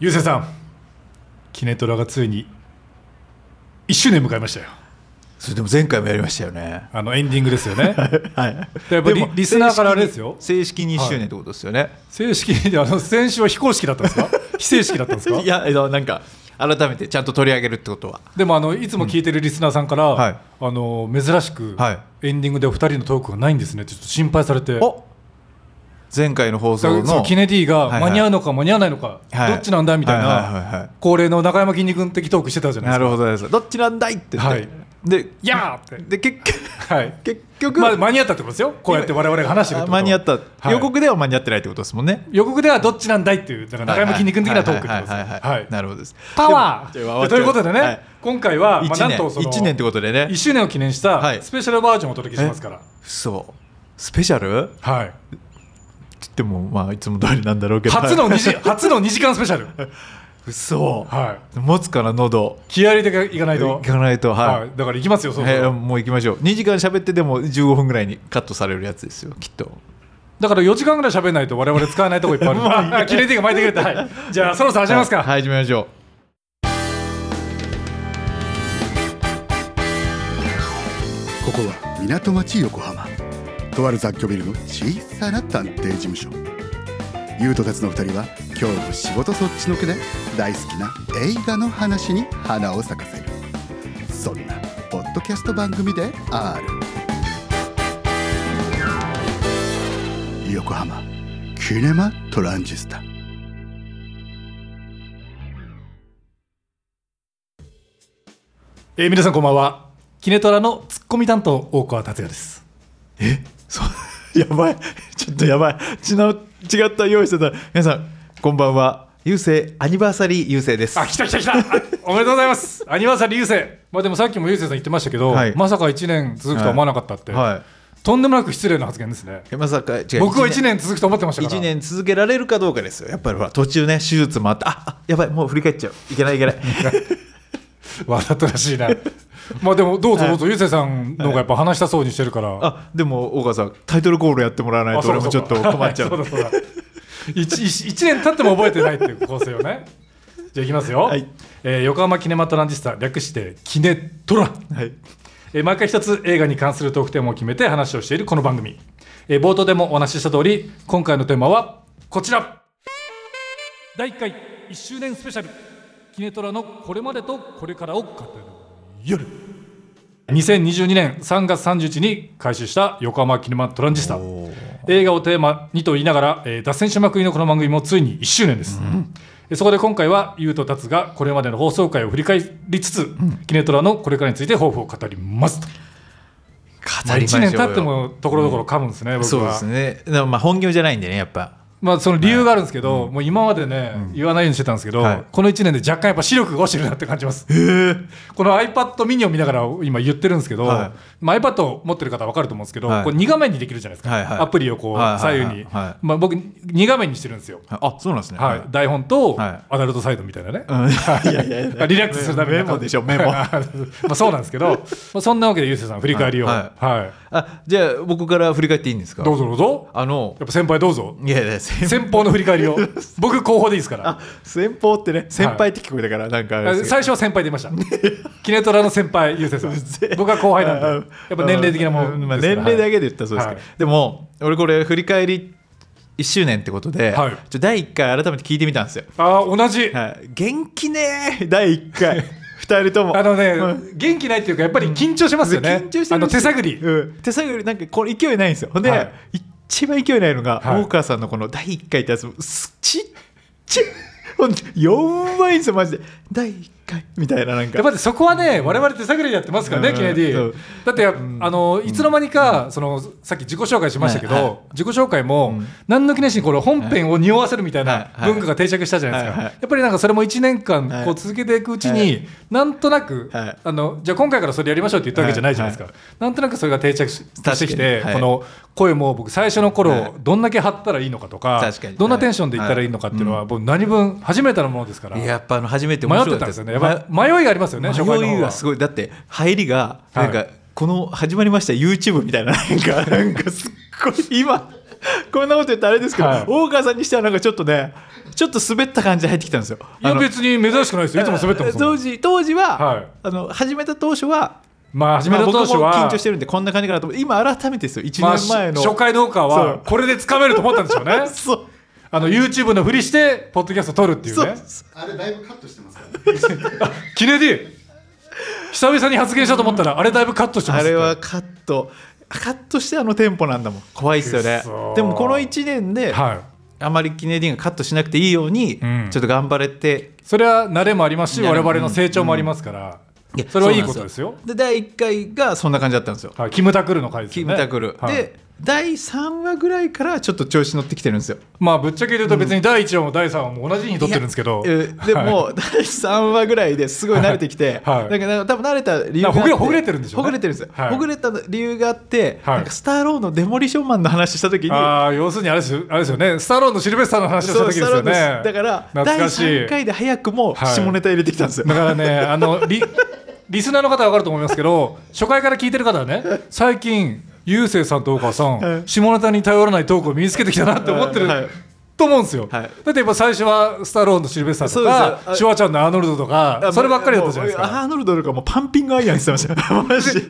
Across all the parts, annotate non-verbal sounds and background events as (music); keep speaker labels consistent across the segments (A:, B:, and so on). A: ゆうせいさんキネトラがついに1周年迎えましたよ
B: それでも前回もやりましたよね。
A: あのエンディングですよね
B: (laughs) はい。
A: やっぱりリリスナーからあれですよ
B: 正式に正式に1周年ってことですよね。
A: 正式にあの先週は非公式だったんです
B: (laughs)
A: か非正式だったんですか
B: い、や、えっとなんか改めてちゃんと取り上げるってことは。
A: でもあのいつも聞いてるリスナーさんから、
B: はい
A: あの珍しく、
B: はい
A: エンディングでお二人のトークがないんですねってちょっと心配されて
B: お前回の放
A: だか
B: 送
A: らそ
B: の
A: のキネディが間に合うのか間に合わないのか、
B: はい
A: どっちなんだみたい
B: はいはいはいは
A: ない恒例の中山筋肉的トークしてたじゃないです
B: な
A: か
B: るほどです。どっちなんだいって言って。
A: はい
B: で、
A: いやーって
B: で結
A: (laughs)
B: 局
A: はい
B: 結局、
A: まあ、間に合ったってことですよこうやって我々が話してるってこと
B: 間に合った、
A: はい
B: 予告では間に合ってないってことですもんね。
A: 予告ではどっちなんだいっていうだから中山筋肉的なトークってことですよ
B: はいはいはい
A: は
B: はいいなるほどです。
A: パワ
B: でも
A: ーということでね、
B: はい
A: 今回は、まあ、
B: 1
A: なん
B: 年
A: とその
B: 一年ってことでね
A: 1。周年を記念した
B: はい
A: スペシャルバージョンをお届けしますから、
B: そう。スペシャル？ (laughs)
A: はい、
B: つってもまあいつも通りなんだろうけど。
A: 初の2時初の2時間スペシャル、
B: 嘘。
A: は
B: 持つかな喉。
A: い、気合い入れていかないと
B: 行かないとはい。
A: はい、だから行きますよそうそう、
B: えーもう行きましょう2時間喋ってでも15分ぐらいにカットされるやつですよきっと
A: だから4時間ぐらい喋らないと我々使わないとこいっぱいあ
B: (laughs)
A: る (laughs) あキレティが巻いてくれた、はい、じゃあそろそろ始めますか、
B: はい始めましょ
C: ここは港町横浜とある雑居ビルの小さな探偵事務所優斗たちの2人は今日も仕事そっちのけで大好きな映画の話に花を咲かせるそんなポッドキャスト番組である横浜キネマトランジスタ
A: えー皆さんこんばんはキネトラのツッコミ担当大川達也です
B: うそうやばいちょっとやばい違う違った用意してた皆さんこんばんは郵政アニバーサリー郵政です
A: あ、来た来た来た。あおめでとうございます。アニバーサリー優勢。まあでもさっきも優勢さん言ってましたけど、
B: はい
A: まさか1年続くとは思わなかったって、
B: は
A: とんでもなく失礼な発言ですね。
B: いまさか違う
A: 僕は1年続くと思ってましたから。
B: 1年続けられるかどうかですよやっぱりほら途中ね手術もあったああやばいもう振り返っちゃういけない
A: (laughs)
B: いけない
A: わざとらしいな。まあでもどうぞどうぞ優勢さんの方がやっぱ話したそうにしてるから。
B: あでも大川さんタイトルコールやってもらわない
A: あ
B: と俺もちょっと困っちゃう
A: そうだそうだ。一一一年経っても覚えてないっていう構成をね。じゃあいきますよ。
B: はい
A: えー横浜キネマトランジスタ略してキネトラ。
B: はい
A: えー毎回一つ映画に関するトークテーマを決めて話をしているこの番組、えー冒頭でもお話しした通り今回のテーマはこちら第1回1周年スペシャルキネトラのこれまでとこれからを語る夜2022年3月31日に開始した横浜キネマトランジスタ映画をテーマにと言いながら、えー脱線しまくりのこの番組もついに1周年です、えーそこで今回は優と達がこれまでの放送回を振り返りつつ、キネトラのこれからについて抱負を語りますと
B: 語りましょ
A: 1
B: うよ
A: 年経ってもところどころ噛むんですね、僕は
B: そうですねでもまあ本業じゃないんでねやっぱ
A: まあ、その理由があるんですけど、もう今までね、言わないようにしてたんですけど、
B: はい
A: この1年で若干やっぱ視力が落ちてるなって感じます。 (laughs) この iPad ミニを見ながら今言ってるんですけど、
B: はい
A: まあ、iPad を持ってる方は分かると思うんですけど、
B: はい
A: これ2画面にできるじゃないですか、
B: はいはい
A: アプリをこ
B: はいうは
A: 左
B: い
A: 右
B: はい
A: に、
B: はい
A: まあ、僕2画面にしてるんですよ、
B: あそうなんですね
A: はい台本と
B: は
A: ア
B: い
A: ダルトサイドみたいなね、
B: いやいやいや
A: リラックスするために
B: メモでしょメモ
A: まあそうなんですけど、まあ、そんなわけでゆうせいさん振り返りを、は
B: はいいあじゃあ僕から振り返っていいんですか
A: どうぞどうぞ
B: あの
A: やっぱ先輩どうぞ
B: いやいや先
A: 先方の振り返りを僕後方でいいですから
B: あ先方ってね先輩って聞こえたからなんかあれ
A: あ
B: ですけど
A: 最初は先輩出ま
B: (laughs)
A: した。キネトラの先輩、ゆうせいさん。僕は後輩なんで、やっぱ年齢的なも
B: うんまあ、
A: です
B: 年
A: から
B: 齢だけで言ったらそうですけど、
A: はい
B: でも俺これ振り返り1周年ってことで、
A: はい
B: ちょっと第1回改めて聞いてみたんですよ、
A: あー同じ。
B: はい、元気ねー第1回
A: (laughs)
B: 2人とも
A: あの
B: うん
A: ね、元気ないっていうか、やっぱり緊張しますよね。
B: 緊張して
A: あ
B: る
A: の手探り。
B: うん手探りなんかこれ勢いないんですよほんで、
A: はい
B: 一番勢いないのが、
A: はい
B: 大川さんのこの第1回ってやつすちっちゃいほんと4倍ですよマジで第1回みたいななん
A: や
B: か
A: っぱりそこはね、我々手探りでやってますからね、
B: うん
A: キネデ
B: そう
A: ィ。だって、あのいつの間にか、そのさっき自己紹介しましたけ
B: はいはい
A: ど、自己紹介も、何の記念しにこれ本編を匂わせるみたい
B: はい
A: な
B: はい
A: 文化が定着したじゃないですか。
B: は
A: や
B: いはい
A: っぱりなんかそれも1年間
B: はい
A: こう続けていくうち
B: は
A: に
B: い、
A: なんとなく
B: はい、
A: あのじゃあ今回からそれやりましょうって言ったわけじゃないじゃないですか。なんとなくそれが定着ししてきて
B: 確か、にはい
A: この声も僕、最初の
B: はい
A: 頃、どんだけ張ったらいいのかとか
B: 確かに、
A: どんなテンションでいったらいいのかっていうのは、僕、何分初めてのものですから。
B: やっぱあの初めて
A: 迷
B: 面
A: って
B: 白
A: た
B: か
A: ん
B: っ
A: です
B: た
A: よね。やっぱ迷いがありますよね。初回の
B: 迷
A: 方は
B: いがすごいだって入りが
A: はい
B: なんか、この始まりました YouTube みたいななんか (laughs) なんかすっごい今こんなこと言ったらあれですけど、
A: はい
B: 大川さんにしてはなんかちょっとねちょっと滑った感じで入ってきたんですよ。
A: いや
B: あの
A: 別に珍しくないですよいつも滑ってますも
B: 当
A: ん
B: 時当時は、
A: はい
B: あの始めた当初は
A: まあ始めた当初
B: ま
A: は、
B: あ僕も緊張してるんでこんな感じかなと思って今改めてですよ
A: まあ
B: 1年前の、
A: 初回農家
B: そ
A: は
B: う
A: これで掴めると思ったんでしょう
B: (laughs)
A: ね
B: そう
A: あの YouTube のふりしてポッドキャスト撮るっていう
B: そう
A: ね
C: あれだいぶカットしてますから、ね、
A: キネディ久々に発言したと思ったらあれだいぶカットしてます
B: あ
A: って
B: れはカットカットしてあのテンポなんだもん怖いですよね
A: くそー
B: でもこの1年で、
A: はい
B: あまりキネディンがカットしなくていいように、
A: ん
B: ちょっと頑張れて
A: それは慣れもありますし
B: 慣れ
A: 我
B: も
A: 々の成長もありますから、それはいいことですよ
B: そうなんで第1回がそんな感じだったんですよ
A: はい、キムタクルの回です
B: キ
A: よ
B: ム
A: ね
B: タクル、
A: はい
B: で第3話ぐらいからちょっと調子乗ってきてるんですよ
A: まあぶっちゃけ言うと別に第1話も第3話も同じ日に撮ってるんですけど
B: いやえーでも、第3話ぐらいですごい慣れてきて、
A: はいはい
B: なんかなんか多分慣れた理由があ
A: なん
B: って
A: かほぐれほぐれてるんでしょうね
B: ほぐれてるんですよ、
A: はい
B: ほぐれた理由があって、
A: はい
B: なんかスターローのデモリションマンの話した時に
A: ああ要するにあれですよあれですよねスターローンのシルベスターの話をした
B: そう
A: 時
B: ス
A: で
B: タ
A: す
B: ーロ
A: よ
B: ーです
A: ね
B: だから
A: 懐
B: 第
A: かしい
B: 3回で早くも
A: はい
B: 下ネタ入れてきたんですよ、
A: だからね、あのリ (laughs) リスナーの方は分かると思いますけど、初回から聞いてる方はね、最近、ゆうせいさんと大川さん、
B: はい
A: 下ネタに頼らないトークを身につけてきたなって思ってる、
B: はい
A: と思うんですよ。
B: はい
A: だってやっぱ最初はスタローンのシルベスターと
B: そうです
A: か、
B: あ
A: シュワちゃんのアーノルドとか、 (laughs) そればっかりだったじゃないです
B: もう
A: か。
B: アーノルドとかもうパンピングアイアンしてました
A: (laughs)
B: よマジで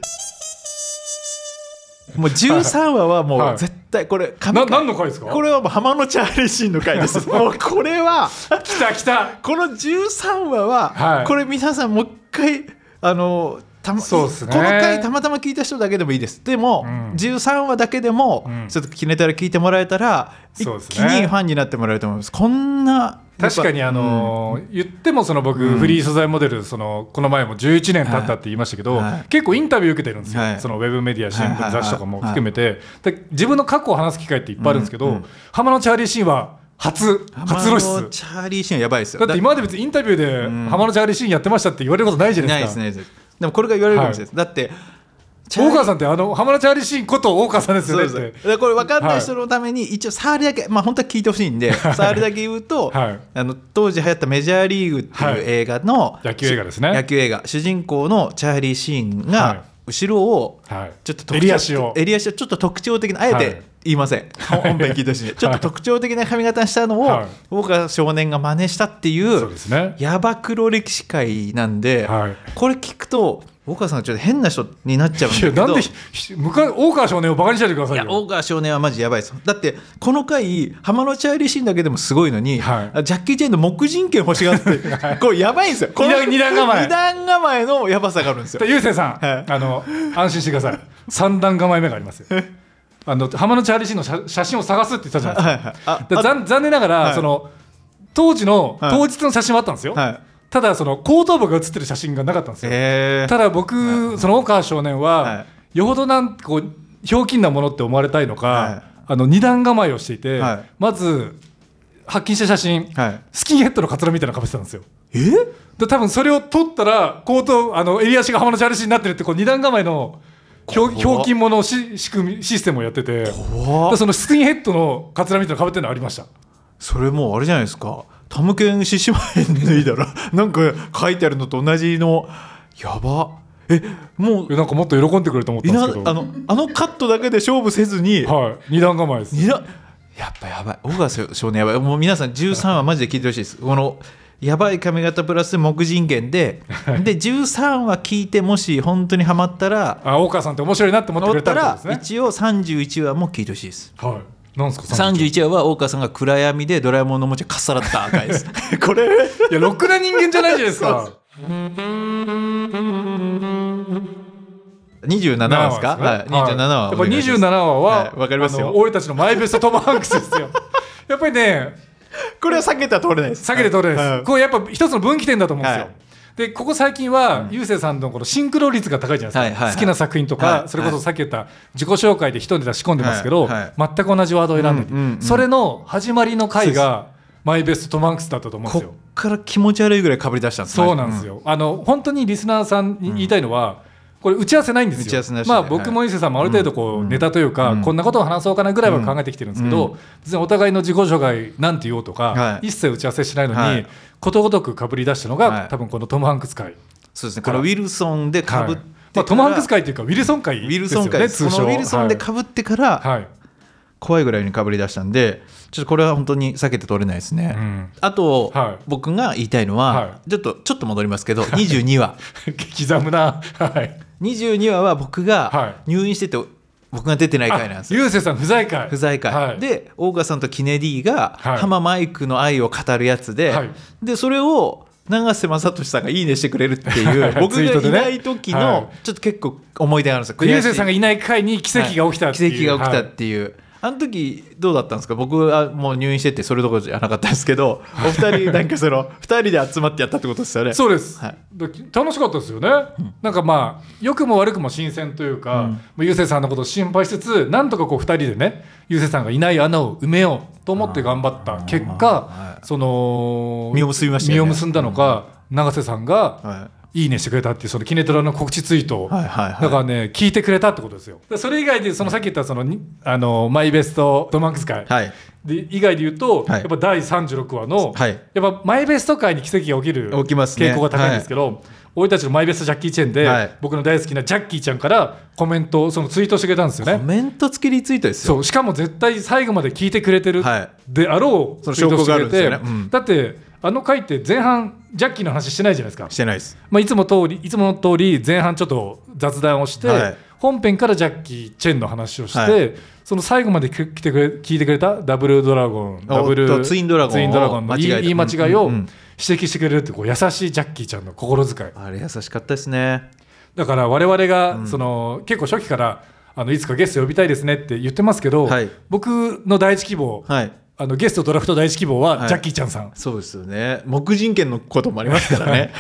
B: もう13話はも
A: はいう
B: 絶対これ神
A: な
B: 回
A: 何の回ですか
B: これはもう浜のチャーリーシーンの回で
A: (laughs)
B: すもうこれは
A: 来た来た
B: この13話は、
A: はい
B: これ皆さんもう一回あのたま
A: そうっすね
B: この回たまたま聞いた人だけでもいいですでも、
A: ん
B: 13話だけでも、
A: ん
B: ちょっと決めたら聞いてもらえたら、一
A: そうっすね
B: 気にファンになってもらえると思いますこんな
A: 確かに
B: やっ
A: あのー言ってもその僕、フリー素材モデルそのこの前も11年経ったって言いましたけど、
B: はい
A: 結構インタビュー受けてるんですよ、
B: はい
A: そのウェブメディア新聞雑誌とかも含めて、で自分の過去を話す機会っていっぱいあるんですけど、浜のチャーリーシーンは初
B: ぱ
A: 初露
B: 浜の
A: 出
B: チャーリーシーンはやばいですよ
A: だって今まで別にインタビューで浜のチャーリーシーンやってましたって言われることないじゃな
B: ないい
A: で
B: ですす
A: か
B: ねでもこれが言われるかもしれないです、だってチャー
A: 大
B: リー
A: 川さんってあの浜のチャーリーシーンこと大川さんです
B: そ
A: よ
B: う
A: ね
B: で
A: っ
B: すだ
A: て
B: からこれ分かんない人のために一応触りだけまあ本当は聞いてほしいんで触りだけ言うと
A: はい
B: あの当時流行った「メジャーリーグ」って
A: はい
B: いう映画の
A: 野球映画ですね
B: 野球映画主人公のチャーリー・シーン
A: はい
B: が後ろを
A: はい
B: ちょっと
A: 襟足を
B: 襟足をちょっと特徴的なあえ
A: はい
B: て言いません
A: い
B: 本編聞いてほしいんでちょっと特徴的な髪型にしたの
A: は
B: を
A: い
B: 僕が少年が真似したってい
A: そう
B: う
A: ですね
B: ヤバ黒歴史会なんで
A: はい
B: これ聞くと岡さんがちょっと変な人になっちゃうんだ
A: いや
B: け
A: なん
B: ど
A: でひひ向かい大川少年をバカにしないでくださ
B: い
A: い
B: や
A: よ
B: 大川少年はマジやばいですだってこの回浜のチャーリーシーンだけでもすごいのに、
A: はい
B: ジャッキー・チェンの黙人権欲し
A: (laughs)
B: がって、こうやばいんですよこの
A: 二段二段構え
B: 二段構えのやばさがあるんですよ
A: でゆうせいさん、
B: はい
A: あの安心してください三段構え目がありますよあの浜のチャーリーシーンの写写真を探すって言ってたじゃないですか,
B: はいはいあ
A: で、残残念ながら、
B: はい
A: その当時の、
B: はい
A: 当日の写真はあったんですよ、
B: はい
A: ただその後頭部が写ってる写真がなかったんですよ、
B: え
A: ただ僕、その大川少年は、
B: は
A: よほどなんかこうひょうきんなものって思われたいのか、
B: はい
A: あの二段構えをしていて、
B: はい
A: まず発見した写真、
B: はい
A: スキンヘッドのカツラみたいなのかぶせてたんですよ
B: え
A: で多分それを取ったら後頭あの襟足が浜のチャーリーシーンになってるってこう二段構えのひょ
B: 怖っ
A: ひょうきんものをし仕組みシステムをやってて
B: 怖っ
A: でそのスキンヘッドのカツラみたいなの被ってるのありました
B: それもうあれじゃないですかタムケン獅子舞脱いだら (laughs) なんか書いてあるのと同じのやばえもう
A: えなんかもっと喜んでくれると思った
B: い
A: んで
B: な
A: す
B: あ
A: けど
B: のあのカットだけで勝負せずに、
A: はい二段構えです
B: いややっぱやばい大川少年やばいもう皆さん13話マジで聞いてほしいですこのやばい髪型プラス黙人間でで13話聞いてもし本当にハマったら
A: あ大川さんって面白いなって思ってく
B: 思っ
A: れた
B: た
A: ら
B: ら
A: ことですね
B: 一応31話も聞いてほしいです
A: はいなんですか31
B: 31話は大川さんが暗闇でドラえもんのおもちゃかっさらった赤いです
A: (laughs)
B: これ
A: いやろくな人間じゃないじゃないですか
B: 27話ですかはい27話
A: やっぱ
B: お願いします
A: 27話は
B: はいわかりますよ
A: あの俺たちのマイベストトム・ハンクスですよやっぱりね
B: これは避けたら通れないです
A: 下げて取れないです、
B: はい
A: これやっぱ一つの分岐点だと思うんですよ、
B: はい
A: でここ最近は、ゆうせいさんのこのシンクロ率が高いじゃないですか、
B: はいはいはい
A: 好きな作品とか、
B: はい
A: それこそさっき言った自己紹介で一ネタ仕込んでますけど、
B: はいはい
A: 全く同じワードを選んでて、
B: うんうんうん
A: それの始まりの回がマイベストトマンクスだったと思うんですよ
B: こっから気持ち悪いぐらいかぶり出したんです
A: そうなんですよ、あの本当にリスナーさんに言いたいのは、これ打ち合わせないんですよ
B: 打ち合わせなしで
A: まあ、
B: はい
A: 僕も伊勢さんもある程度こう、ネタというか、こんなことを話そうかなぐらいは考えてきてるんですけど、別にお互いの自己紹介なんて言おうとか、
B: はい
A: 一切打ち合わせしないのに、
B: はい
A: ことごとくかぶり出したのが、
B: はい
A: 多分このトム・ハンクス会、
B: そうですねこのウィルソンでかぶって
A: まあ、トム・ハンクス会というかウィルソン会
B: ウ
A: ですよね
B: ィルソン会です
A: 通
B: この
A: 称
B: ウィルソンで
A: は
B: かぶってから、
A: いはい
B: 怖いぐらいにかぶり出したんでちょっとこれは本当に避けて取れないですね、
A: うん (laughs)
B: あと、
A: はい
B: 僕が言いたいのは、
A: は
B: ちょっとちょっと戻りますけど22話
A: 刻むなはい
B: 22話は僕
A: は
B: が入院してて、僕が出てない回なんですよ
A: ゆうせいさん不在会
B: 不在会、
A: はい、
B: で大川さんとキネディが
A: はい
B: 浜マイクの愛を語るやつで、
A: はい
B: でそれを長瀬正俊さんが「いいね」してくれるっていう
A: (laughs)
B: 僕
A: ツイート
B: が
A: で
B: い
A: ね
B: ない時の、
A: はい
B: ちょっと結構思い出があるんですよ
A: でゆうせいさんがいない回に奇跡が起きたっていう、
B: 奇跡が起きた
A: は
B: っ
A: い
B: ていう、あの時どうだったんですか僕はもう入院しててそれどころじゃなかったです
A: (laughs)
B: けどお二人なんかその二人で集まってやったってことですよね
A: そうです、
B: はい
A: だ楽しかったですよね、なんかまあ良くも悪くも新鮮というか、まあゆうせいさんのことを心配しつつなんとかこう2人でねゆうせいさんがいない穴を埋めようと思って頑張った結
B: は
A: 果その
B: 実を結びましたよ
A: 実
B: ね
A: を結んだのか、永瀬さんが
B: はい
A: 「いいね」してくれたっていうそのキネトラの告知ツイートを、
B: はいはいはい
A: だからね聞いてくれたってことですよでそれ以外でそのさっき言ったそのにあのマイベストドマックス会、
B: はい
A: で以外で言うと、
B: は
A: や
B: い
A: っぱ第36話の、
B: はい
A: やっぱマイベスト界に奇跡が起きる
B: 起きますね
A: 傾向が高いんですけど、俺たちのマイベストジャッキー・チェンで、
B: はい
A: 僕の大好きなジャッキーちゃんからコメントそのツイートしてくれたんですよ
B: コ
A: ね。
B: メント付きリツイートですよ
A: そうしかも絶対最後まで聞いてくれてる
B: はい
A: であろう
B: その
A: ツイートしてくれて
B: 証拠があるんですよねうん
A: だってあの回って前半ジャッキーの話してないじゃないですか
B: し、てないです
A: まあ、いつも通りいつもの通り前半ちょっと雑談をして、
B: はい
A: 本編からジャッキー・チェンの話をして、
B: はい
A: その最後まで聞いてくれ聞いてくれたダブルドラゴンダブル
B: おっとツインドラゴンを
A: ツインドラゴンの
B: 間違え
A: 言い
B: た
A: 言い間違いを
B: うんうんう
A: 指
B: ん
A: 摘してくれるってこう優しいジャッキーちゃんの心遣い
B: あれ優しかったですね
A: だから我々がその、結構初期からあのいつかゲスト呼びたいですねって言ってますけど、
B: はい
A: 僕の第一希望、
B: はい
A: あのゲストドラフト第一希望は
B: はい
A: ジャッキーちゃんさん、
B: そうですよね黙人権のこともありますから
A: (laughs)
B: ね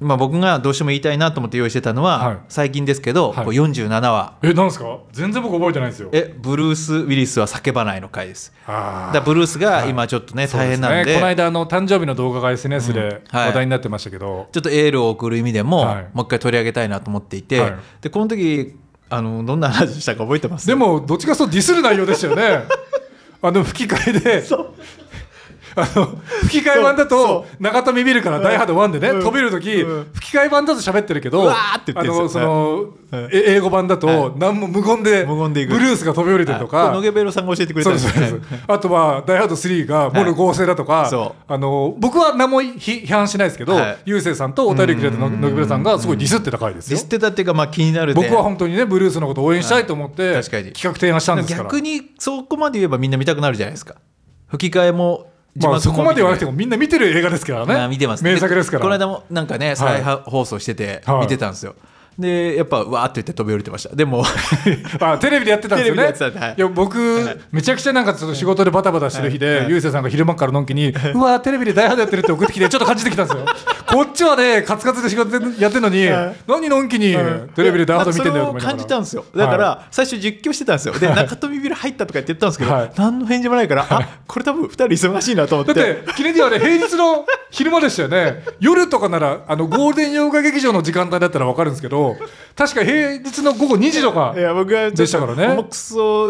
B: まあ僕がどうしても言いたいなと思って用意してたのは、
A: はい
B: 最近ですけど、
A: はい
B: こう47話
A: えなんですか全然僕覚えてないんですよ
B: えブルース・ウィリスは叫ばないの回です
A: あー
B: だからブルースが今ちょっとね、
A: そう
B: 大
A: で
B: 変
A: す
B: なんで
A: ね、この間あの誕生日の動画が SNS で
B: はい
A: 話題になってましたけど、
B: ちょっとエールを送る意味でも、
A: はい
B: もう一回取り上げたいなと思っていて、
A: はい
B: でこの時あのどんな話したか覚えてます
A: でもどっちかそうディスる内容でしたよ
B: (laughs)
A: ねあの吹き替えで
B: そう
A: (laughs) あの吹き替え版だと中田ビビるから「大波動ワンでね、
B: うん
A: 飛びる時、
B: うん
A: 吹き替え版だと喋ってるけど
B: うわーって言
A: あ
B: ってるん
A: の
B: です
A: そ
B: よ
A: の、
B: はい
A: え英語版だと何も無言で
B: 無言でいく
A: ブルースが飛び降りてると
B: はいこ
A: か
B: れ。野毛ベロさんが教えてくれ
A: そ
B: た
A: うんで
B: ですす
A: そう
B: ね
A: ですあとは「ダイハード3」がモル合成だとか、
B: そ
A: あの僕は何も批批判しないですけど、
B: はい
A: ゆうせいさんとお便りくれたの野木部さんがすごいディスってた回です
B: ディ
A: よ
B: スってたっていうかまあ気になるで
A: 僕は本当にねブルースのことを応援したいと思って
B: はい確かに
A: 企画提案したんですから
B: 逆にそこまで言えばみんな見たくなるじゃないですか吹き替えも字
A: まあ
B: 幕
A: そこまで言わなくて
B: も
A: もみんな見てる映画ですからね
B: まあ見てます
A: 名作ですから
B: この間もなんかね再放送してて
A: はい
B: 見てたんですよ、でやっぱわーって言って飛び降りてましたでも
A: あテレビでやってたんですよ
B: テレビで
A: ね
B: やってたんではい
A: いや僕めちゃくちゃなんかちょっと仕事でバタバタしてる日でゆうせいさんが昼間からのんきに「うわーテレビで大派手やってる」って送ってきてちょっと感じてきたんですよこっちはねカツカツで仕事やってんのに何のんきにテレビで大派手見てんだよと思
B: そ
A: いながら
B: れを感じたんですよだから、
A: は
B: 最初実況してたんですよで中富ビル入ったとか言ってたんですけど、
A: はい
B: 何の返事もないからあこれ多分2人忙しいなと思っ
A: だ
B: て
A: ってキネディはね平日の昼間でしたよね夜とかならあのゴールデン洋画劇場の時間帯だったら分かるんですけど確か平日の午後2時とか
B: いや僕は
A: で
B: ち
A: した
B: ょ
A: か
B: っ
A: ら
B: と
A: ね
B: 重くそ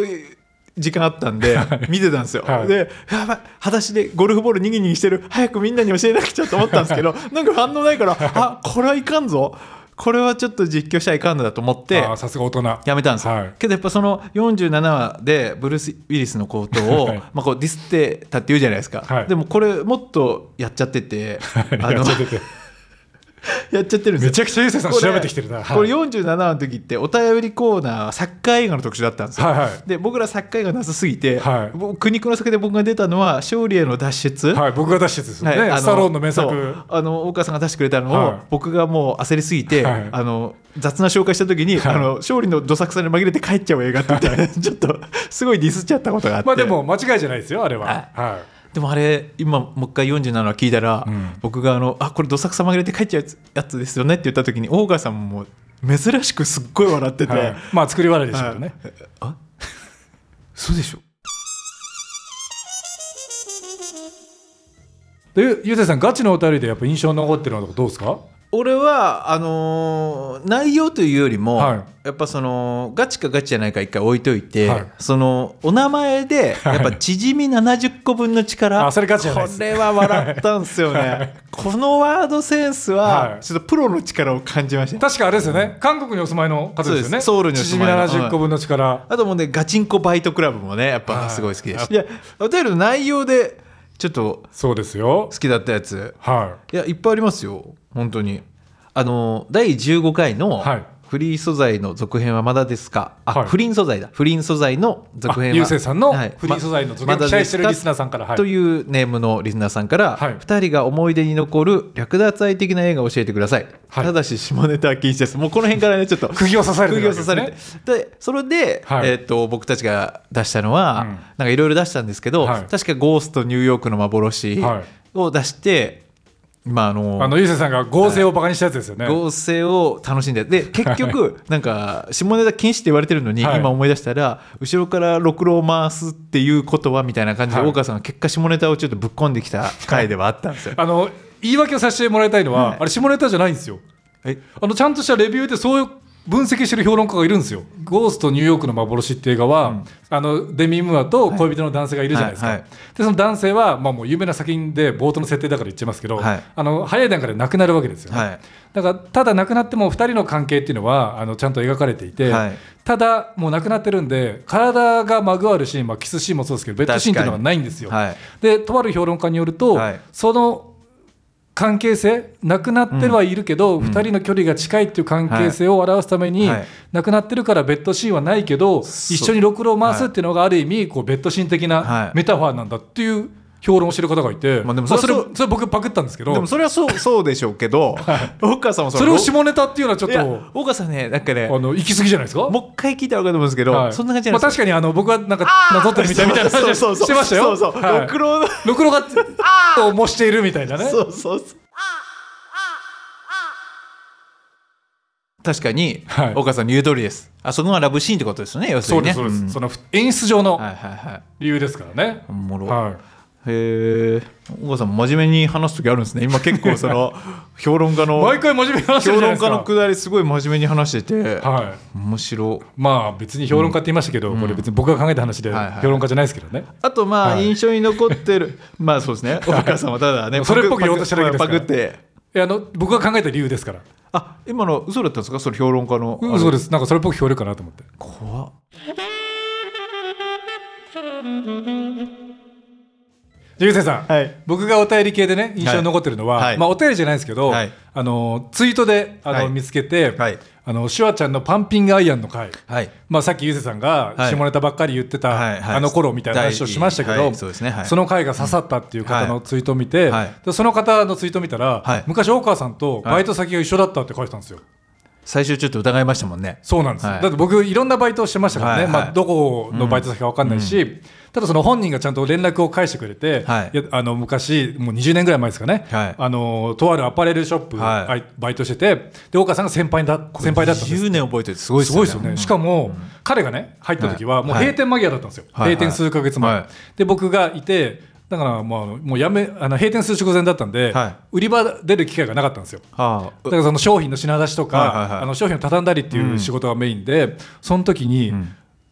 B: 時間あったんで見てたんですよ、
A: はい
B: でやばい裸足でゴルフボールにぎにぎしてる早くみんなに教えなくちゃと思ったんです
A: (laughs)
B: けどなんか反応ないからあこれはいかんぞこれはちょっと実況しちゃいかんのだと思って
A: あーさすが大人
B: やめたんですよ、
A: はい
B: けどやっぱその47話でブルース・ウィリスのことを、
A: はい
B: まあ、こうディスってたって言うじゃないですか、
A: はい
B: でもこれもっとやっちゃっててあの
A: やっちゃってて
B: やっちゃってるんですよ
A: めちゃくちゃゆうせいさん
B: これ
A: 調べてきてるなはい
B: これ47話の時ってお便りコーナーはサッカー映画の特集だったんですよ、
A: はいはい
B: で僕らサッカー映画なさすぎて、
A: はい
B: 僕苦肉の策で僕が出たのは勝利への脱出、
A: はい僕が出したやつですよね、
B: はいあの
A: スタローンの名
B: そう
A: 作
B: あの大川さんが出してくれたのを、
A: はい
B: 僕がもう焦りすぎて、
A: はい
B: あの雑な紹介した時に、
A: はい
B: あの勝利のどさくさに紛れて帰っちゃう映画って言って (laughs) ちょっとすごいディスっちゃったことがあって、
A: まあでも間違いじゃないですよあれは、は
B: はいいでもあれ今もう一回47話聞いたら、
A: うん
B: 僕があの「あこれどさくさ紛れて帰っちゃうやつやつですよね」って言った時に大川さんも珍しくすっごい笑ってて、
A: はいまあ作り笑いでしたけどね、
B: あそうでしょ
A: でゆうせいさんガチのお便りでやっぱ印象に残ってるのとかどうですか
B: 俺はあのー内容というよりも、
A: は
B: やっぱそのガチかガチじゃないか一回置いといて、
A: はい
B: そのお名前でやっぱ縮み70個分の力
A: あそれガチじゃないです
B: これは笑ったんですよね、このワードセンス
A: は
B: はいちょっとプロの力を感じました、
A: 確かあれですよね韓国にお住まいの方ですよ
B: そう
A: ね
B: ですソウルにお住まいの
A: 縮み70個分の力、
B: あともうねガチンコバイトクラブもねやっ
A: は
B: ぱ
A: い
B: すごい好きですいやお便りの内容でちょっと
A: そうですよ
B: 好きだったやつ
A: はい
B: やいっぱいありますよ本当にあの第15回の
A: はい
B: フリー素材の続編はまだですか、
A: は
B: あ
A: い
B: 不倫素材だ不倫素材の続編は
A: あゆうせいさんの
B: はい
A: フリー素材の続編
B: ままだ
A: 期待してる
B: ですか
A: リスナーさんからはい
B: というネームのリスナーさんから、
A: はい
B: 2人が思い出に残る略奪愛的な映画を教えてください、
A: はい
B: ただし下ネタは禁止ですもうこの辺からねちょっと
A: (laughs) 釘を刺されて
B: 釘
A: る
B: を
A: わけです
B: 刺さ
A: ね
B: れてでそれで、
A: はい
B: えー、と僕たちが出したのは、
A: うん
B: なんかいろいろ出したんですけど、
A: はい
B: 確か「ゴーストニューヨークの幻
A: はい」
B: を出して、まああの
A: あのゆうせいさんが合成をバカにしたやつですよね、
B: 合成を楽しんで
A: (laughs)
B: で結局なんか下ネタ禁止って言われてるのに、
A: はい
B: 今思い出したら後ろからろくろを回すっていうことはみたいな感じで、
A: はい
B: 大川さんが結果下ネタをちょっとぶっ込んできた回ではあったんですよ。
A: あの言い訳をさせてもらいたいのは、
B: はい
A: あれ下ネタじゃないんですよ
B: え
A: あのちゃんとしたレビューでそういう分析してる評論家がいるんですよ「ゴーストニューヨークの幻」って映画は、あのデミ・ムーアと恋人の男性がいるじゃないですか、
B: はいはい
A: でその男性は、まあ、もう有名な作品で冒頭の設定だから言っちゃいますけど、
B: はい
A: あの早い段階で亡くなるわけですよね、
B: はい
A: だからただ亡くなっても2人の関係っていうのはあのちゃんと描かれていて、
B: はい
A: ただもう亡くなってるんで体がまぐわるシーン、まあ、キスシーンもそうですけどベッドシーンっていうのはないんですよ、
B: はい
A: でとある評論家によると、
B: はい
A: その関係性なくなってはいるけど、二2人の距離が近いっていう関係性を表すために、
B: はい
A: なくなってるからベッドシーンはないけど
B: そう
A: 一緒にろくろを回すっていうのがある意味こうベッドシーン的
B: はい
A: なメタファーなんだっていう評論をしてる方がいて、
B: まあでも
A: まあ
B: そ
A: そ
B: れ
A: れ
B: は
A: それ僕パクったんですけ
B: でも
A: どそ
B: それ
A: (laughs)
B: はそうそうでしょうけど大川さんも
A: れを
B: ネ
A: 下ネタっていうのはちょっ
B: タ
A: と
B: 大川さんねなんかね
A: あの行き過ぎじゃないですか
B: もう一回聞いたら分かると思うんですけど、
A: はい
B: そんな感じじゃ
A: ま
B: な
A: あ、
B: いです
A: 確かにあの僕はなんかなぞってみたみたいな話
B: そ
A: を
B: うそうそ
A: し
B: う
A: てましたよ。
B: そうそう
A: はい
B: ろくろの
A: ろくろがあーを模しているみたいなね。
B: そうそうそう。確かに、
A: はい
B: 岡さんの言う通りです。あそこがラブシーンってことですよね、要す
A: そう
B: る
A: で
B: にね。
A: すそうです、
B: ん
A: その演出上の
B: はいはいはい。
A: 理由ですからね。
B: おもろ
A: は
B: へえ、岡さん真面目に話す時あるんですね。今結構
A: (laughs)
B: その評論家
A: い、
B: の
A: 毎回真面目に話してるじゃな
B: 評
A: い
B: 論
A: ですか。
B: 家のくだりすごい真面目に話してて、
A: はい。
B: 面白。
A: まあ別に評論家って言いましたけど、これ別に僕が考えた話で
B: はいはい
A: 評論家じゃないですけどね。
B: あとまあ
A: はい
B: 印象に残ってる、 (laughs) まあそうですね。岡さんはただね、
A: それっぽく
B: パク
A: 言おうとしただけですか
B: パ
A: ら
B: クって。
A: いやあの僕が考えた理由ですから。
B: あ、今の嘘だったんですか、それ評論家の。。
A: うん、そうですす。なんかそれっぽく評論かなと思って。
B: 怖っ
A: ゆうせいさん、
B: はい
A: 僕がお便り系でね印象に残ってるのは、
B: はいはい
A: まあ、お便りじゃないですけど、
B: はい
A: あのツイートであの、
B: はい
A: 見つけて、
B: はい
A: あのシュワちゃんのパンピングアイアンの回、
B: はい。
A: まあ、さっきゆうせいさんが
B: はい
A: 下ネタばっかり言ってた、
B: はいはい
A: あの頃みたいな話をしましたけど、
B: はいそうですねはい
A: その回が刺さったっていう方のツイートを見て、
B: はい
A: でその方のツイートを見たら、
B: はい
A: 昔大川さんとバイト先が一緒だったって書いてたんですよ。
B: 最初ちょっと疑いましたもんね。
A: そうなんです、
B: はい
A: だって僕いろんなバイトをしてましたからね、
B: はいはい
A: まあ、どこのバイト先か分かんないし、ただその本人がちゃんと連絡を返してくれて、
B: はい
A: やあの昔もう20年ぐらい前ですかね、
B: はい
A: あのとあるアパレルショップ、
B: はい
A: あいバイトしててで岡さんが先輩だ先輩だったんです
B: 10年覚えてるってすごいですす
A: ごい
B: よね。
A: ですよね、しかも、彼がね入った時はもう
B: はい
A: 閉店間際だったんですよ、
B: はいはい
A: 閉店数ヶ月前、
B: はい
A: で僕がいてだからまあもうやめあの閉店する直前だったんで、
B: はい
A: 売り場出る機会がなかったんですよ
B: は
A: (laughs)
B: あ
A: だからその商品の品出しとか、
B: はいはいはい
A: あの商品を畳んだりっていう仕事がメインで、その時に、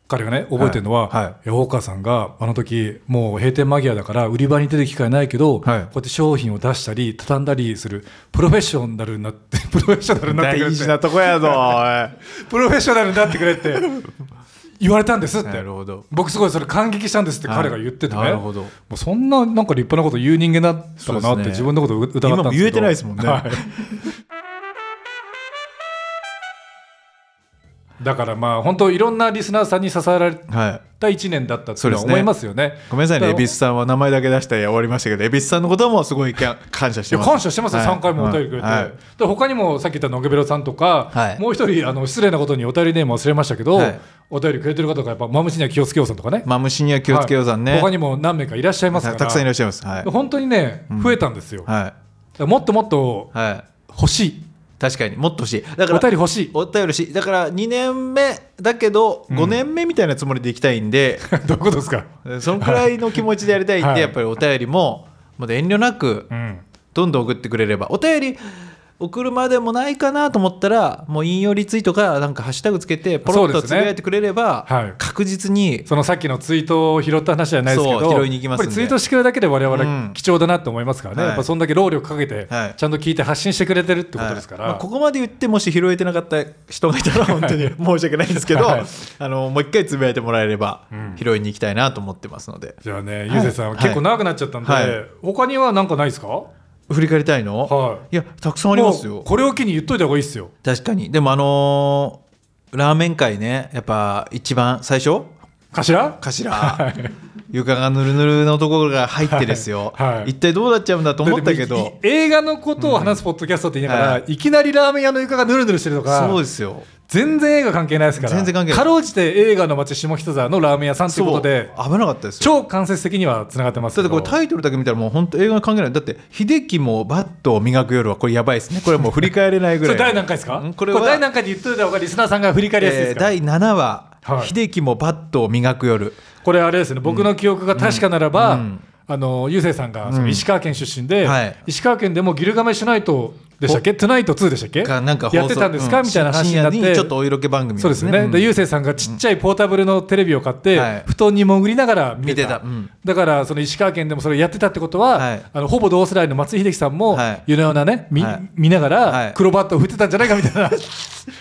A: 彼がね覚えてるのは、
B: はいはい
A: いや大川さんがあの時もう閉店間際だから売り場に出る機会ないけど、
B: はい
A: こうやって商品を出したり畳んだりするプロフェッショナルになってプロフェッショナルになってくれ
B: 大
A: っ
B: 事な
A: て
B: とこやぞ。 (laughs) お
A: プロフェッショナルになってくれって (laughs) 言われたんですって
B: いなるほど。
A: 僕すごいそれ感激したんですって彼が言っててね、
B: はいなるほど
A: もうそんななんか立派なこと言う人間だったかな
B: そう
A: って
B: ですね
A: 自分のことを疑ったんですけど
B: 今も言えてないですもんね
A: はいだからまあ本当いろんなリスナーさんに支えられ
B: はい。
A: た1年だったっていうのは
B: そうですね
A: 思いますよね。
B: ごめんなさいね、
A: だ
B: 恵
A: から
B: 比寿さんは名前だけ出して終わりましたけど、恵比寿さんのこともすごい感感謝し
A: い
B: て
A: や
B: ます。
A: 感謝してますよ、
B: はい
A: 3回もお便りくれて、
B: はい
A: で他にもさっき言ったのげべろさんとか、
B: はい
A: もう一人あの失礼なことにお便りネーム忘れましたけど、
B: はい
A: お便りくれてる方がやっぱマムシには気をつけようさんとかね
B: まあ、虫には気をつけようさんね。
A: はい他にも何名かいらっしゃいますか
B: は
A: ら
B: いたくさんいらっしゃいます。はい。
A: 本当にね増えたんですよ、だか
B: は
A: らもっともっと
B: い。はい。
A: 欲しい
B: 確かにもっと欲しい。だか
A: お
B: ら
A: 便り欲しい
B: お便りしだから2年目だけど5年目みたいなつもりでいきたい
A: (laughs)
B: んで、
A: (laughs) どういうことですか、
B: そのくらいの気持ちでやりたいんで、
A: はい
B: やっぱりお便りも、まだ遠慮なく
A: うん、
B: どんどん送ってくれればお便り送るまでもないかなと思ったらもう引用リツイートかなんかハッシュタグつけてポ
A: そ
B: ロッ
A: う
B: と
A: です
B: つ
A: ね
B: ぶやいてくれれば、
A: はい
B: 確実に
A: そのさっきのツイートを拾った話じゃないですけど
B: そう拾いに行きます
A: やっぱ
B: んで
A: りツイートしてくれるだけで我々
B: うん
A: 貴重だなって思いますからね、
B: はい
A: やっぱそんだけ労力かけて
B: はい
A: ちゃんと聞いて発信してくれてるってことですから、
B: はいまあここまで言ってもし拾えてなかった人が
A: (laughs)
B: いたら本当に申し訳ないんですけど、
A: はい
B: あのもう一回つぶやいてもらえれば
A: ん
B: 拾いに行きたいなと思ってますので、
A: じゃあね、ゆうせいさん、
B: はい
A: 結構長くなっちゃったんで、
B: はい
A: 他にはなんかないですかも
B: 振り返りたいの、、
A: はい
B: やたくさんあります
A: う
B: よ
A: これを機に言っといた方がいいですよ。
B: 確かにでもあのーラーメン界ねやっぱ一番最初
A: 頭 (laughs)
B: 頭、床がぬるぬるのところが入ってですよ、
A: (laughs) はいはい
B: 一体どうなっちゃうんだと思ったけ
A: だって
B: ど
A: い映画のことを話すポッドキャストって言いながら、
B: うん
A: い、きなりラーメン屋の床がぬるぬるしてるとか
B: そうですよ
A: 全然映画関係ないですから
B: 全然関係ない
A: かろうじて映画の街下北沢のラーメン屋さんということで
B: そう危なかったですよ
A: 超間接的にはつながってます
B: だ
A: け
B: って
A: ど
B: これタイトルだけ見たらもう本当映画の関係ないだって秀樹もバットを磨く夜はこれやばいですねこれもう振り返れない
A: (laughs)
B: ぐ
A: そ
B: ら
A: れ
B: い
A: 第何回ですか
B: ん
A: こ
B: こ
A: れ
B: れは
A: 第何回で言っといた方がリスナーさんが振り返りやすいで
B: え
A: す
B: ー
A: から、
B: 第7話、
A: はい
B: 秀樹もバットを磨く夜
A: これあれですね僕の記憶が確かならば、
B: うん
A: あのゆうせいさんがその石川県出身で、
B: はい
A: 石川県でもギルガメシュナイトでしたっけトゥナイト2でしたっけ
B: がなんか放送
A: やってたんですか、
B: う
A: みたいな話になって
B: 深夜にちょっとお色気番組なん
A: そうですよね、
B: ん
A: でゆうせいさんがちっちゃいポータブルのテレビを買って、
B: はい
A: 布団に潜りながら見てた
B: 見てたうん
A: だからその石川県でもそれやってたってことは、
B: はい
A: あのほぼ同世代の松井秀喜さんも、
B: はい
A: 夜な夜なねみ、
B: はい
A: 見なが
B: は
A: ら
B: い
A: 黒バットを振ってたんじゃないかみたいな
B: そ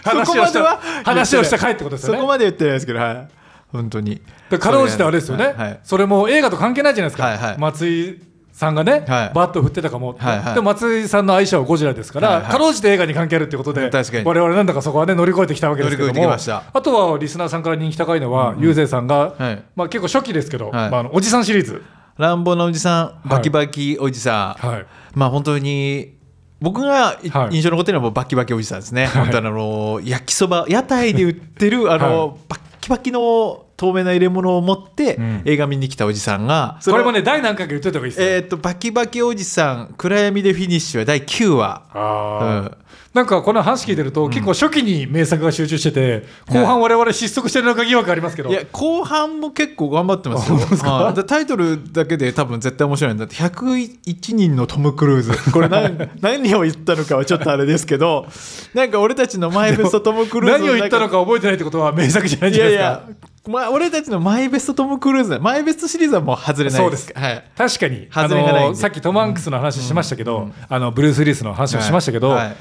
A: 話
B: こ
A: を
B: ま
A: し
B: で
A: た
B: は
A: 話をした回ってことですよ
B: そ
A: ね。
B: こまで言ってないですけどはい本当に
A: でかろうじてあれですよね、
B: はいはい
A: それも映画と関係ないじゃないですか、
B: はいはい
A: 松井さんがね、
B: はい
A: バットを振ってたかも、
B: はいはい
A: でも松井さんの愛車はゴジラですから、
B: はいはい
A: かろうじて映画に関係あるってことで、
B: 確かに
A: 我々なんだかそこはね乗り越えてきたわけですけど
B: 乗り越え
A: も
B: てきました
A: あとはリスナーさんから人気高いのは、ゆうせいさんが、
B: はい
A: まあ、結構初期ですけど、
B: はい
A: まあ、あのおじさんシリーズ、
B: 乱暴なおじさん
A: はい
B: バキバキおじさん、
A: はい
B: まあ本当に僕がい
A: はい
B: 印象に残ってるのはもうバキバキおじさんですね、本当にあの焼きそば屋台で売ってるあの、バッキバキの透明な入れ物を持って、
A: ん
B: 映画見に来たおじさんがそ
A: これ
B: の
A: もね第何回か言っといた方がいいですよ、
B: えー、とバキバキおじさん暗闇でフィニッシュは第9話
A: あー
B: うん
A: なんかこの話聞いてると、結構初期に名作が集中してて後半我々失速してるのか疑惑ありますけど、
B: いや後半も結構頑張ってますよはいでタイトルだけで多分絶対面白いんだって101人のトム・クルーズこれ
A: (laughs)
B: 何何を言ったのかはちょっとあれですけどなんか俺たちのマイベストトム・クルーズ
A: 何を言ったのか覚えてないってことは名作じゃないん
B: い
A: じゃな
B: や
A: い
B: い
A: ですか
B: や、ま、俺たちのマイベストトム・クルーズマイベストシリーズはもう外れない
A: そうです
B: はい
A: 確かにあ
B: 外れがないんで
A: のさっきトム・ハンクスの話しましたけど、あのブルース・リースの話をしましたけど、
B: はいはい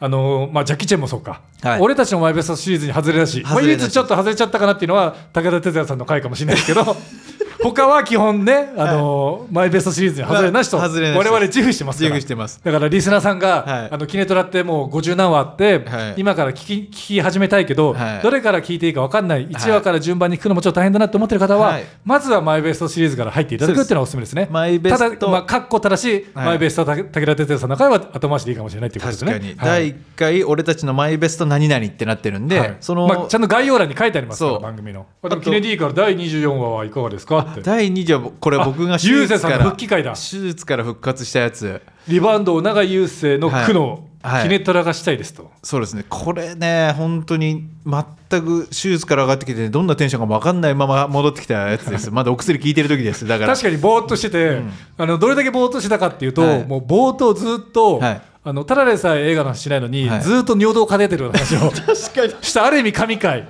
A: あのまあ、ジャッキー・チェンもそうか、
B: はい
A: 俺たちのマイベストシリーズに外れだし、まあ、
B: 外れ
A: 唯
B: なし
A: 一ちょっと外れちゃったかなっていうのは武田鉄矢さんの回かもしれないですけ
B: (laughs)
A: ど他は基本ねあの、マイベストシリーズに外れなしと、
B: まあ外れなしで
A: 我
B: す
A: 々自負してますから
B: 自負してます
A: だからリスナーさんが、
B: はい
A: あのキネトラってもう50何話あって、
B: はい
A: 今から聞き聞き始めたいけど、
B: はい
A: どれから聞いていいか分かんない1話から順番に聞くのもちょっと大変だなって思ってる方は、
B: はい
A: まずはマイベストシリーズから入っていただくっていうのはおすすめですね。
B: マイベスト
A: ただ、まあ、かっこ正しい、
B: はい
A: マイベスト武田鉄矢さんの回は後回しでいいかもしれないということで
B: 確
A: す
B: か
A: ね。
B: に、
A: はい
B: 第1回俺たちのマイベスト何々ってなってるんで、
A: はい
B: その、
A: まあ、ちゃんと概要欄に書いてありますから
B: そう
A: 番組のあでも
B: あと
A: キネディから第24話はいかがですかって
B: 第2条これ僕
A: あ
B: が手
A: ゆうせい
B: 術
A: さ
B: か
A: んの
B: ら
A: 復帰会だ
B: 手術から復活したやつ
A: リバウンドを永井雄生の苦悩、
B: はいはい
A: キネトラがしたいですと
B: そうですねこれね本当に全く手術から上がってきてどんなテンションかも分かんないまま戻ってきたやつです
A: (laughs)
B: まだお薬効いてる時ですだから
A: 確かにぼーっとしてて、あのどれだけぼーっとしてたかっていうと、
B: はい
A: もうぼーっとずっと、
B: はい
A: あのただでさえ映画の話しないのに、
B: はい
A: ずっと尿道カテーテルの話を
B: (laughs) 確かに
A: したある意味神回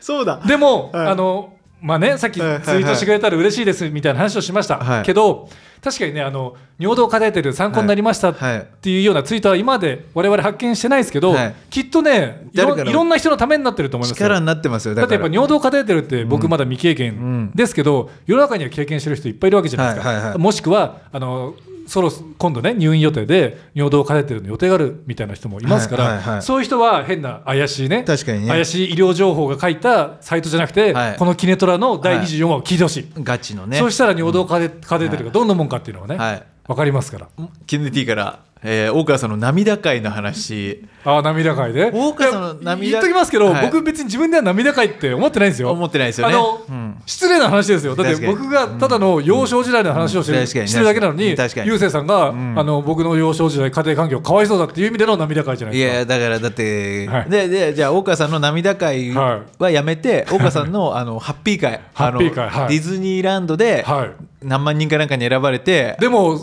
B: そうだ
A: (laughs) でも、
B: はい
A: あのまあねさっきツイ
B: はいはいはい
A: ートしてくれたら嬉しいですみたいな話をしました、
B: はい
A: けど確かにねあの尿道カテーテル参考になりました
B: はい
A: っていうようなツイートは今まで我々発見してないですけど、
B: はい
A: きっとねい
B: 誰
A: ろ
B: かの
A: いろんな人のためになってると思いますよ
B: 力になってますよ
A: だ
B: だ
A: って
B: か
A: やっ
B: ら
A: ぱ尿道カテーテルって僕まだ未経験
B: ん
A: ですけど、世の中には経験してる人いっぱいいるわけじゃないですか、
B: はいはいはい
A: もしくはあのそろ今度ね入院予定で尿道カテーテルの予定があるみたいな人もいますから、
B: はいはいはい
A: そういう人は変な怪しいね
B: 確かにね
A: 怪しい医療情報が書いたサイトじゃなくて、
B: はい
A: このキネトラの第24話を聞いてほしい、
B: ガチのね
A: そうしたら尿道カテ,、カテーテルがどんなもんかっていうのがね、
B: はい
A: 分かりますから。
B: キネディから、えー大川さんの涙会の話
A: あー涙会で
B: 大川さんの涙
A: いや言っときますけど、
B: はい
A: 僕別に自分では涙会って思ってないんですよ
B: 思ってないですよね
A: あの、
B: うん
A: 失礼な話ですよだって
B: 確かに
A: 僕がただの幼少時代の話をしてる,、
B: うん確かに
A: してるだけなのに
B: 確かに
A: ゆうせいさんが、
B: ん
A: あの僕の幼少時代家庭環境かわいそうだっていう意味での涙会じゃない
B: い
A: ですか
B: やだからだって、
A: はい
B: ででじゃあ大川さんの涙会
A: は
B: はやめて、大川さんのあのハッピー会
A: (laughs) ハッピー会
B: あの
A: はい
B: ディズニーランドで
A: はい
B: 何万人かなんかに選ばれて、
A: でも、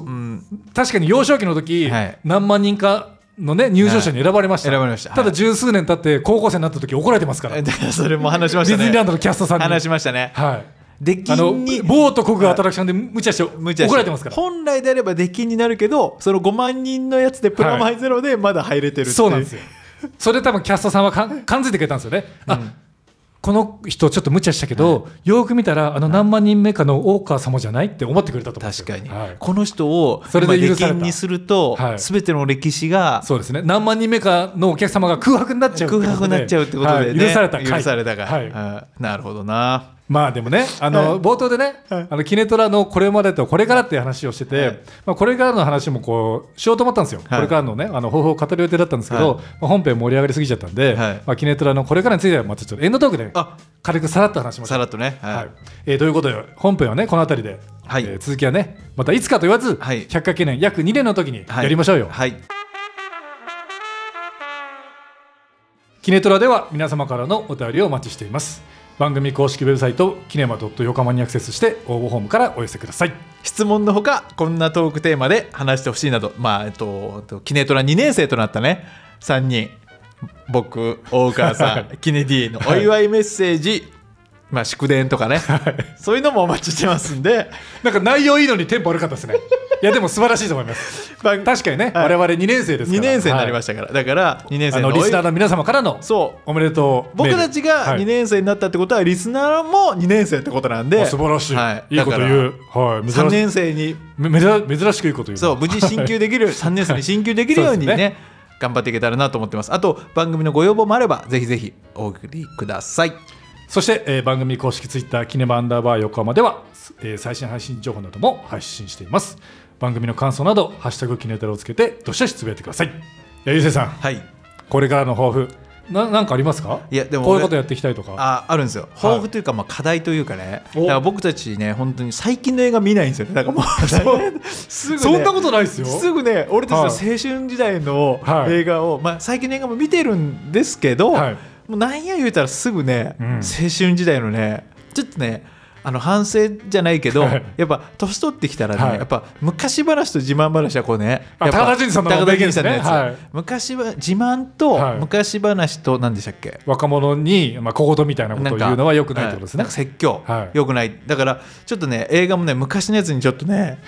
A: 確かに幼少期の時、
B: はい
A: 何万人かのね入賞者に選ばれました、
B: はい選ばれました
A: た
B: は
A: だ
B: い
A: 十数年経って高校生になった時怒られてますから、
B: え
A: デ
B: でそれも話しま
A: ィ
B: し
A: ズ
B: たね
A: ニーランドのキャストさんに
B: 話しましたね
A: はい
B: 出禁
A: あの
B: に
A: ボート国がアトラクションで無茶して怒られてますから
B: 本来であれば出禁になるけどその5万人のやつでプラマイゼロでまだ入れてるってい
A: そうなんですよそれで多分キャストさんはかん感づいてくれたんですよね、あこの人ちょっと無茶したけど、よーく見たらあの何万人目かの大川様じゃないって思ってくれたと思うんですよ
B: 確かに、
A: はい
B: この人を
A: それで許された
B: 今出禁にすると、
A: はい
B: 全ての歴史が
A: そうですね何万人目かのお客様が空白になっちゃうってことで
B: 空白になっちゃうってことで、ね
A: はい許された回
B: 許されたから、
A: はい
B: はいなるほどな
A: まあでもね、あの、
B: はい
A: 冒頭でね、
B: はい
A: あのキネトラのこれまでとこれからっていう話をしてて、
B: はい
A: まあ、これからの話もこうしようと思ったんですよ、
B: はい
A: これからのね、あの方法を語る予定だったんですけど、
B: は
A: まあ、本編盛り上がりすぎちゃったんで、
B: はい
A: まあ、キネトラのこれからについては、またちょっとエンドトークで
B: あ
A: 軽くさらっと話しましょ
B: さ
A: う。
B: らっとね、はい
A: はいえーということで、本編はね、この辺りで、
B: はい
A: えー続きはね、またいつかと言わず、
B: はい
A: 100回記念、約2年の時に
B: は
A: や
B: い
A: りましょうよ。
B: はい
A: キネトラでは皆様からのお便りをお待ちしています番組公式ウェブサイトキネマドットヨカマにアクセスして応募フォームからお寄せください
B: 質問のほかこんなトークテーマで話してほしいなどまあえっとえっとキネトラ2年生となったね3人僕大川さんキネディのお祝いメッセージまあ祝電とかね、そういうのもお待ちしてますんで
A: なんか内容いいのにテンポ悪かった
B: (laughs)
A: ですねいやでも素晴らしいと思います
B: 番
A: 確かにね、
B: はい
A: 我々2年生ですから
B: 2年生になりま
A: し
B: したから、だから2年生
A: あ
B: の
A: のリスナー
B: の
A: の皆様からの
B: そう
A: おめでとうメー
B: 僕
A: ル
B: たちが2
A: はい
B: 年生になったってことは、リスナーも2年生ってことなんで
A: あ素晴らしい、、
B: はい
A: いこと言う、はい、
B: 3
A: 珍し
B: 年生に
A: めめざ珍しくいいこと言う
B: そう無事進級で
A: (laughs)
B: きる3年生に進級できるようにね
A: そうです
B: 頑張っていけたらなと思ってますあと番組のご要望もあればぜひぜひお送りください
A: そして、えー番組公式ツイッターキネマアンダーバー横浜では、えー最新配信情報なども配信しています番組の感想など「ハッシュタグキネタラ」をつけてどしどしつぶやいてくださいいやゆうせいさん
B: はい
A: これからの抱負ななんかありますか
B: いやでも
A: こういうことやっていきたいとか
B: ああるんですよ抱負というか、まあ、課題というかねだ
A: お
B: から僕たちね本当に最近の映画見ないんですよねだからも
A: (laughs)
B: う (laughs) すぐね
A: そんなことないですよ
B: すぐね俺たちの青春時代の
A: はい
B: 映画を、まあ、最近の映画も見てるんですけど、
A: はい
B: もうなんや言うたらすぐね、
A: うん
B: 青春時代のねちょっとねあの反省じゃないけど、
A: はい
B: やっぱ年取ってきたらね、
A: はい
B: やっぱ昔話と自慢話はこうね
A: あ
B: やっ
A: 高
B: ぱ
A: 田純次さんの
B: 高田純次さんの
A: 名
B: や
A: 言で
B: つ、
A: すねはい
B: 昔は自慢と
A: はい
B: 昔話と何でしたっけ、
A: 若者に、まあ、小言みたいなことを言うのはよくないってことですね、
B: なんか説教、
A: はい
B: よくないだからちょっとね映画もね昔のやつにちょっとね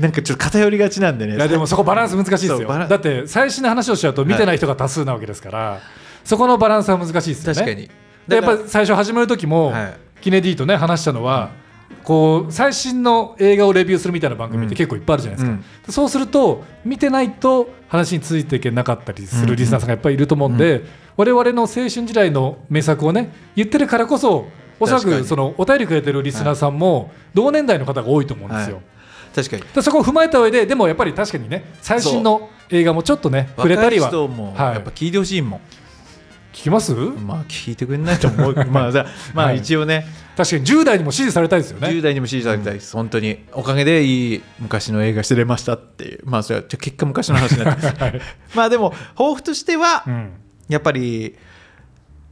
B: なんかちょっと偏りがちなんでね
A: いやでもそこバランス難しいです
B: そう
A: よ
B: バラン
A: だって最新の話をしちゃうと見てない人が多数なわけですから、そこのバランスは難しいですよね
B: 確かに
A: でやっ
B: だ
A: ぱ
B: から
A: 最初始める時も、
B: はい
A: キネディとね話したのは、こう最新の映画をレビューするみたいな番組っ
B: うん
A: て結構いっぱいあるじゃないですか、
B: うん
A: でそうすると見てないと話についていけなかったりするリスナーさんがやっぱりいると思うんで、我々の青春時代の名作をね言ってるからこそおそら
B: 確か
A: く
B: に
A: そのお便りくれてるリスナーさんも同年代の方が多いと思うんですよ。
B: はい確かに
A: でそこを踏まえた上ででもやっぱり確かにね最新の映画もちょっとね触れた
B: 若
A: り
B: い
A: は
B: 人も
A: はい、
B: やっぱ聞いてほしいもん、
A: 聞きます
B: まあ聞いてくれないと思
A: (laughs)
B: うまあじゃあまあ
A: はい
B: 一応ね、
A: 確かに10代にも支持されたいですよ
B: 10
A: ね
B: 代にも支持されたいです、本当におかげでいい昔の映画してれましたっていうまあそれはちょ結果昔の話に
A: (laughs)
B: なってますまあでも抱負としては、
A: うん
B: やっぱり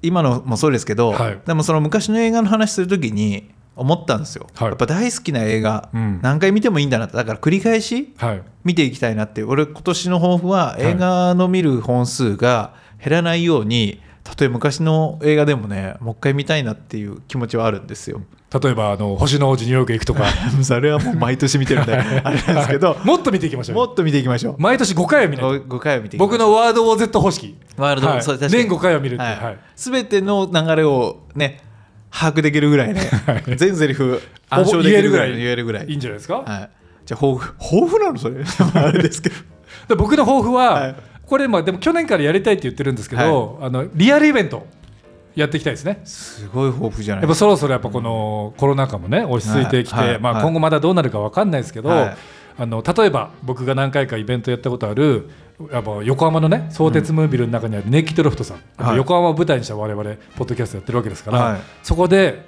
B: 今のもそうですけど、
A: はい
B: でもその昔の映画の話するときに思ったんですよ、
A: はい
B: やっぱ大好きな映画、
A: うん
B: 何回見てもいいんだなってだから繰り返し
A: はい
B: 見ていきたいなって俺今年の抱負は映画の見る本数が減らないように、たとえ昔の映画でもねもう一回見たいなっていう気持ちはあるんですよ
A: 例えばあの星の王子ニューヨーク行くとか
B: それはもう毎年見てるんであれなん (laughs) ですけど
A: もっと見ていきましょう
B: も
A: よ
B: っと見ていきましょう
A: 毎年5回は見ないと
B: 5, 回は見ていきましょう
A: 僕のワード OZ 方式
B: ワールド、
A: はい
B: そう確かに
A: 年5回は見るっていう、
B: は
A: はいい、
B: 全ての流れをね把握できるぐらい (laughs) ね、全セリフ暗唱で
A: 言
B: き
A: え
B: る
A: る
B: ぐ
A: ぐ
B: ら
A: ら
B: い
A: い
B: 言えるぐらい
A: いいんじゃないですか、
B: はい、じゃあ抱負抱負なのそれ (laughs) あれですけど
A: で僕の抱負は、
B: はい
A: これまあでも去年からやりたいって言ってるんですけど、あのリアルイベントやっていきたいですね
B: すごい抱負じゃな
A: や
B: い
A: っぱそろそろやっぱこのコロナ禍もね落ち着いてきて、
B: はいはい
A: ま
B: は
A: あ、
B: い
A: 今後まだどうなるか分かんないですけど、
B: はい
A: あの例えば僕が何回かイベントやったことあるやっぱ横浜のね相鉄ムービルの中にあるネッキトロフトさん、
B: はい
A: 横浜を舞台にした我々ポッドキャストやってるわけですから、
B: はい
A: そこで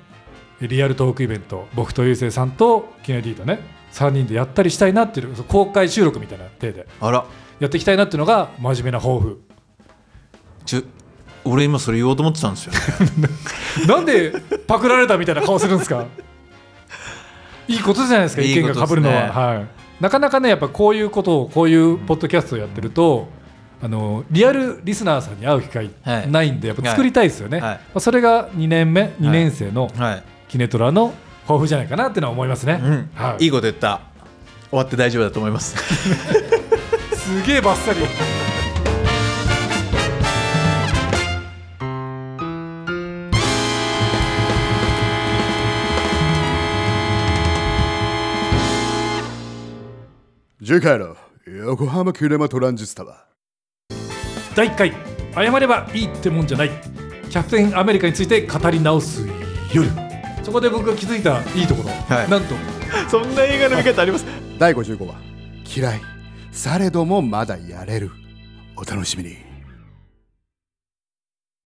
A: リアルトークイベント僕とゆうせいさんとキネディーとね3人でやったりしたいなっていうそう公開収録みたいな体で
B: あら
A: やっていきたいなっていうのが真面目な抱負
B: ちょ俺今それ言おうと思ってたんですよね
A: なんでパクられたみたいな顔するんです
B: (laughs)
A: かいいことじゃないですか
B: いい
A: 意見がかぶるのは、
B: こと
A: はい、なかなかねやっぱこういうことをこういうポッドキャストをやってると、あのリアルリスナーさんに会う機会
B: はい
A: ないんで、やっぱ作りたいですよね、
B: はい
A: まあそれが2年目2年生の
B: はい、
A: キネトラの抱負じゃないかなっていうのは思いますね、
B: うん、
A: はい
B: いこと言った終わって大丈夫だと思います
A: すげえバッサリ
C: 次回の横浜キネマトランジスタは
A: 第1回謝ればいいってもんじゃないキャプテンアメリカについて語り直す夜そこで僕が気づいたいいところ、
B: はい
A: なんと
B: (laughs) そんな映画の見方あります
C: 第55話嫌いされどもまだやれるお楽しみに